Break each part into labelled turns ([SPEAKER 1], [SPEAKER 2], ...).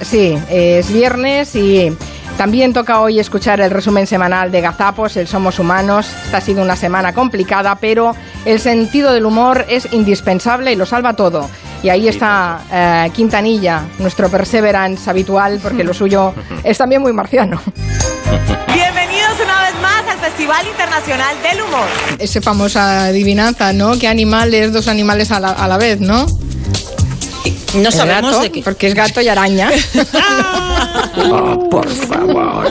[SPEAKER 1] Sí, es viernes y también toca hoy escuchar el resumen semanal de Gazapos, el Somos Humanos. Esta ha sido una semana complicada, pero el sentido del humor es indispensable y lo salva todo. Y ahí está eh, Quintanilla, nuestro perseverance habitual, porque lo suyo es también muy marciano.
[SPEAKER 2] Bienvenidos una vez más al Festival Internacional del Humor.
[SPEAKER 3] Esa famosa adivinanza, ¿no? ¿Qué animal es dos animales a la, a la vez, no?
[SPEAKER 4] No
[SPEAKER 3] El
[SPEAKER 4] sabemos
[SPEAKER 3] gato,
[SPEAKER 4] de qué.
[SPEAKER 3] Porque es gato y araña.
[SPEAKER 5] Oh, por favor.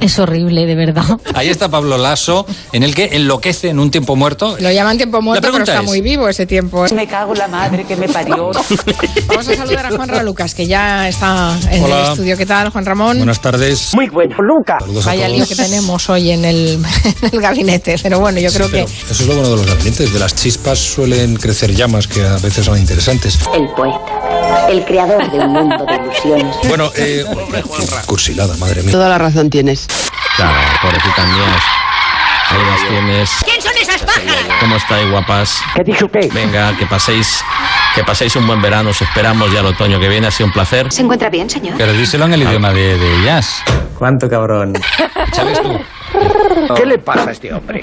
[SPEAKER 6] Es horrible, de verdad.
[SPEAKER 7] Ahí está Pablo Lasso, en el que enloquece en un tiempo muerto.
[SPEAKER 3] Lo llaman tiempo muerto, pero
[SPEAKER 7] pregunta
[SPEAKER 3] está
[SPEAKER 7] es-
[SPEAKER 3] muy vivo ese tiempo. ¿eh?
[SPEAKER 2] Me cago en la madre que me parió.
[SPEAKER 3] Vamos a saludar a Juan Lucas, que ya está en el
[SPEAKER 7] Hola.
[SPEAKER 3] estudio. ¿Qué tal, Juan Ramón?
[SPEAKER 7] Buenas tardes.
[SPEAKER 5] Muy bueno, Luca.
[SPEAKER 7] Saludos a
[SPEAKER 3] Vaya lío
[SPEAKER 7] todos.
[SPEAKER 3] que tenemos hoy en el, en el gabinete. Pero bueno, yo creo
[SPEAKER 7] Pero
[SPEAKER 3] que
[SPEAKER 7] Eso es lo bueno de los gabinetes. De las chispas suelen crecer llamas que a veces son interesantes.
[SPEAKER 8] El poeta, el creador de un mundo de ilusiones.
[SPEAKER 7] Bueno, eh, cursilada, madre mía.
[SPEAKER 9] Toda la razón tienes.
[SPEAKER 10] Claro, por aquí también. Ahí las tienes. ¿Quién son esas pájaras? ¿Cómo estáis, guapas?
[SPEAKER 5] ¿Qué dice usted?
[SPEAKER 10] Venga, que paséis, que paséis un buen verano. Os esperamos ya el otoño que viene. Ha sido un placer.
[SPEAKER 8] ¿Se encuentra bien, señor?
[SPEAKER 7] Pero díselo en el idioma de, de jazz.
[SPEAKER 10] ¿Cuánto cabrón? ¿Sabes tú?
[SPEAKER 5] ¿Qué le pasa a este hombre?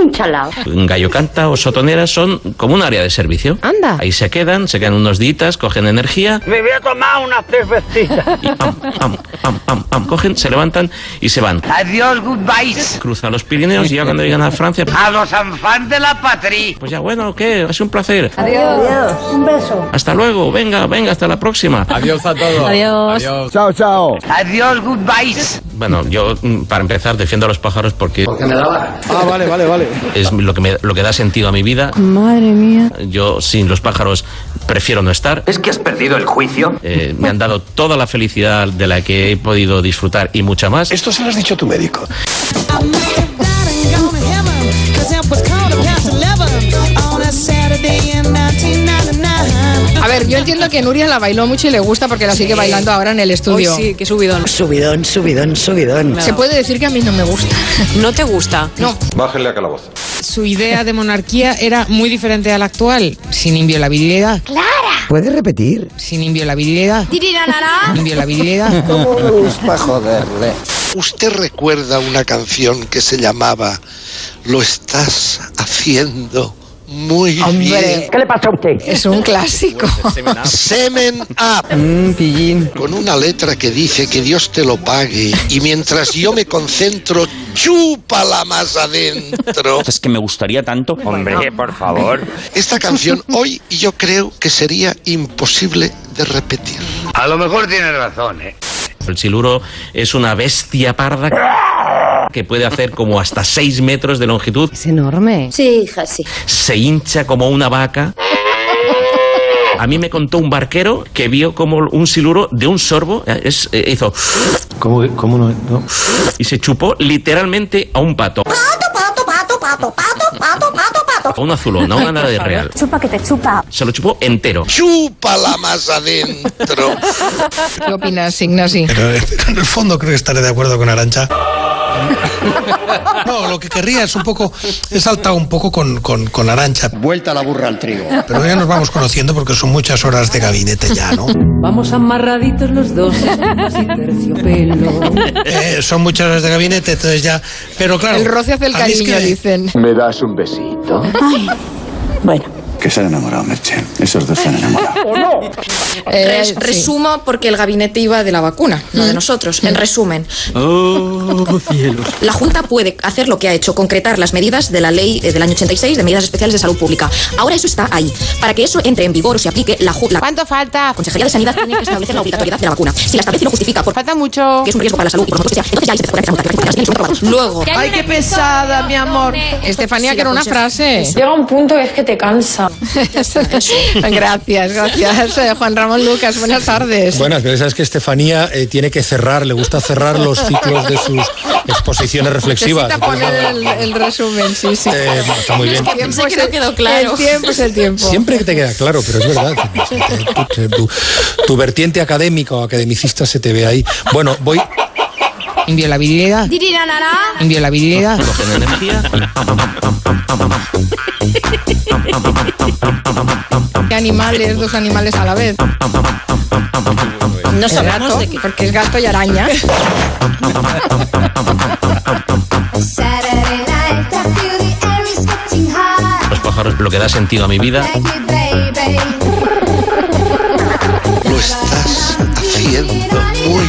[SPEAKER 8] Un chalao.
[SPEAKER 10] Gallo canta o sotonera son como un área de servicio.
[SPEAKER 9] Anda.
[SPEAKER 10] Ahí se quedan, se quedan unos días, cogen energía
[SPEAKER 5] Me voy a tomar unas cervecitas.
[SPEAKER 10] y pam, pam, pam, pam, pam. Cogen, se levantan y se van.
[SPEAKER 5] Adiós, goodbye.
[SPEAKER 10] Cruzan los Pirineos y ya cuando llegan a Francia,
[SPEAKER 5] A los anfans de la patria.
[SPEAKER 10] pues ya bueno, ¿qué? Ha sido un placer.
[SPEAKER 8] Un beso.
[SPEAKER 10] Hasta luego, venga, venga, hasta la próxima.
[SPEAKER 7] Adiós a todos.
[SPEAKER 6] Adiós.
[SPEAKER 5] Chao, chao. Adiós, goodbye.
[SPEAKER 10] Bueno, yo mm, para empezar defiendo a los pájaros porque
[SPEAKER 5] Ah, vale, vale, vale.
[SPEAKER 10] es lo que, me- lo que da sentido a mi vida.
[SPEAKER 3] Madre mía.
[SPEAKER 10] Yo sin los pájaros prefiero no estar.
[SPEAKER 5] ¿Es que has perdido el juicio?
[SPEAKER 10] Eh, me han dado toda la felicidad de la que he podido disfrutar y mucha más.
[SPEAKER 5] Esto se lo has dicho a tu médico.
[SPEAKER 3] A ver, yo entiendo que Nuria la bailó mucho y le gusta porque la sigue bailando ahora en el
[SPEAKER 4] Hoy
[SPEAKER 3] estudio.
[SPEAKER 4] sí, qué subidón.
[SPEAKER 9] Subidón, subidón, subidón.
[SPEAKER 3] Se puede decir que a mí no me gusta.
[SPEAKER 4] ¿No te gusta?
[SPEAKER 3] No,
[SPEAKER 11] Bájenle a calabozo.
[SPEAKER 3] su idea de monarquía era muy diferente a la actual, sin inviolabilidad,
[SPEAKER 9] ¿Puedes repetir?
[SPEAKER 3] sin inviolabilidad, sin inviolabilidad.
[SPEAKER 5] ¿Cómo me gusta joderle?
[SPEAKER 11] ¿Usted recuerda una canción que se llamaba Lo estás haciendo muy
[SPEAKER 3] Hombre,
[SPEAKER 5] ¿Qué le pasa a usted?
[SPEAKER 3] es un clásico.
[SPEAKER 11] bien? Semen Up,
[SPEAKER 9] Mmm, pillín.
[SPEAKER 11] con una letra que dice que Dios te lo pague y mientras yo me concentro, chúpala más adentro.
[SPEAKER 10] Es que me gustaría tanto.
[SPEAKER 5] Hombre, por favor.
[SPEAKER 11] Esta canción hoy yo creo que sería imposible de repetir.
[SPEAKER 5] A lo mejor tiene razón, ¿eh?
[SPEAKER 10] El siluro es una bestia parda que puede hacer como hasta 6 metros de longitud.
[SPEAKER 9] Es enorme.
[SPEAKER 8] Sí, hija, sí.
[SPEAKER 10] Se hincha como una vaca. A mí me contó un barquero que vio como un siluro de un sorbo eh, es, eh, hizo
[SPEAKER 5] ¿Cómo, cómo no, no?
[SPEAKER 10] y se chupó literalmente a un pato.
[SPEAKER 8] Pato, pato, pato, pato, pato, pato, pato.
[SPEAKER 10] A un azulón, a una nada de real.
[SPEAKER 8] Chupa que te chupa.
[SPEAKER 10] Se lo chupó entero.
[SPEAKER 11] Chúpala más adentro.
[SPEAKER 3] ¿Qué opinas, Ignasi?
[SPEAKER 10] Pero eh, en el fondo creo que estaré de acuerdo con Arancha. No, lo que querría es un poco, he saltado un poco con, con, con Arancha,
[SPEAKER 5] Vuelta la burra al trigo.
[SPEAKER 10] pero ya nos vamos conociendo porque son muchas horas de gabinete ya, ¿no?
[SPEAKER 2] Vamos amarraditos los dos, sin terciopelo.
[SPEAKER 10] Eh, son muchas horas de gabinete, entonces ya... Pero claro...
[SPEAKER 3] El roce hace el
[SPEAKER 10] a mí es
[SPEAKER 3] cariño,
[SPEAKER 10] que-
[SPEAKER 3] dicen.
[SPEAKER 5] ¿Me das un besito?
[SPEAKER 8] Bueno.
[SPEAKER 11] Que se han enamorado, Merche. Esos dos se han enamorado.
[SPEAKER 3] Eh,
[SPEAKER 4] Res-
[SPEAKER 3] sí.
[SPEAKER 4] resumo porque el gabinete iba de la vacuna, no de nosotros. En resumen, la Junta puede hacer lo que ha hecho, concretar las medidas de la ley eh, del año 86 de medidas especiales de salud pública. Ahora eso está ahí. Para que eso entre en vigor o se aplique, la, Ju- la
[SPEAKER 3] ¿Cuánto falta?
[SPEAKER 4] Consejería de Sanidad tiene que establecer la obligatoriedad de la vacuna. Si la establece y lo justifica por
[SPEAKER 3] Falta mucho.
[SPEAKER 4] que es un riesgo para la salud y por los motivos que sea, entonces ya ahí se te puede hacer la multa, que Luego,
[SPEAKER 9] Ay, qué pesada, mi amor.
[SPEAKER 3] Estefanía, que era una frase.
[SPEAKER 2] Llega un punto que es que te cansa.
[SPEAKER 3] gracias, gracias. Eh, Juan Ramón Lucas, buenas tardes.
[SPEAKER 7] Buenas, pero sabes que Estefanía eh, tiene que cerrar, le gusta cerrar los ciclos de sus exposiciones reflexivas.
[SPEAKER 3] Necesita poner el, el resumen, sí, sí.
[SPEAKER 7] Eh, bueno, está muy bien.
[SPEAKER 3] El tiempo
[SPEAKER 4] Pensé que no
[SPEAKER 3] el-
[SPEAKER 4] quedó claro.
[SPEAKER 3] El tiempo es el tiempo.
[SPEAKER 7] Siempre que te queda claro, pero es verdad. Tu, tu- tu vertiente académica o academicista se te ve ahí. Bueno, voy.
[SPEAKER 3] Inviolabilidad. Inviolabilidad.
[SPEAKER 10] cogen energía...
[SPEAKER 3] ¿Qué animales? Dos animales a la vez.
[SPEAKER 4] No sabemos
[SPEAKER 3] gato,
[SPEAKER 4] de qué.
[SPEAKER 3] Porque es gato y araña.
[SPEAKER 10] Los pájaros, lo que da sentido a mi vida.
[SPEAKER 11] Lo estás haciendo muy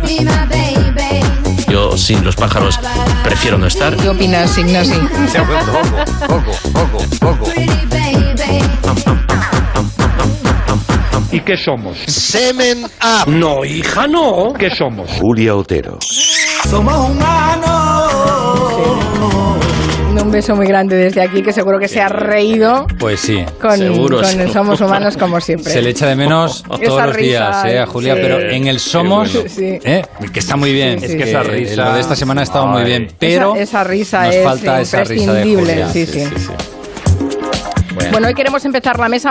[SPEAKER 11] bien.
[SPEAKER 10] Yo sin los pájaros prefiero no estar.
[SPEAKER 3] ¿Qué opinas, Ignasi?
[SPEAKER 10] Se ha vuelto poco, poco, poco.
[SPEAKER 12] ¿Y qué somos?
[SPEAKER 11] Semen up.
[SPEAKER 12] No, hija, no. ¿Qué somos?
[SPEAKER 13] Julia Otero.
[SPEAKER 12] Somos
[SPEAKER 3] Un beso muy grande desde aquí, que seguro que se ha reído
[SPEAKER 7] Pues sí,
[SPEAKER 3] con,
[SPEAKER 7] seguro.
[SPEAKER 3] con el Somos Humanos como siempre.
[SPEAKER 7] Se le echa de menos
[SPEAKER 3] Esa
[SPEAKER 7] todos los días
[SPEAKER 3] risa,
[SPEAKER 7] eh, a Julia,
[SPEAKER 3] sí.
[SPEAKER 7] pero en el Somos,
[SPEAKER 3] Qué bueno. Sí.
[SPEAKER 7] eh, que está muy bien.
[SPEAKER 3] Sí, sí. Es que esa
[SPEAKER 7] eh,
[SPEAKER 3] risa-
[SPEAKER 7] Lo de esta semana ha estado muy bien,
[SPEAKER 3] Esa-
[SPEAKER 7] pero
[SPEAKER 3] esa, risa
[SPEAKER 7] nos
[SPEAKER 3] es
[SPEAKER 7] falta esa risa de
[SPEAKER 3] imprescindible.
[SPEAKER 7] Julia.
[SPEAKER 3] sí, sí. Bueno, hoy queremos empezar la mesa hablando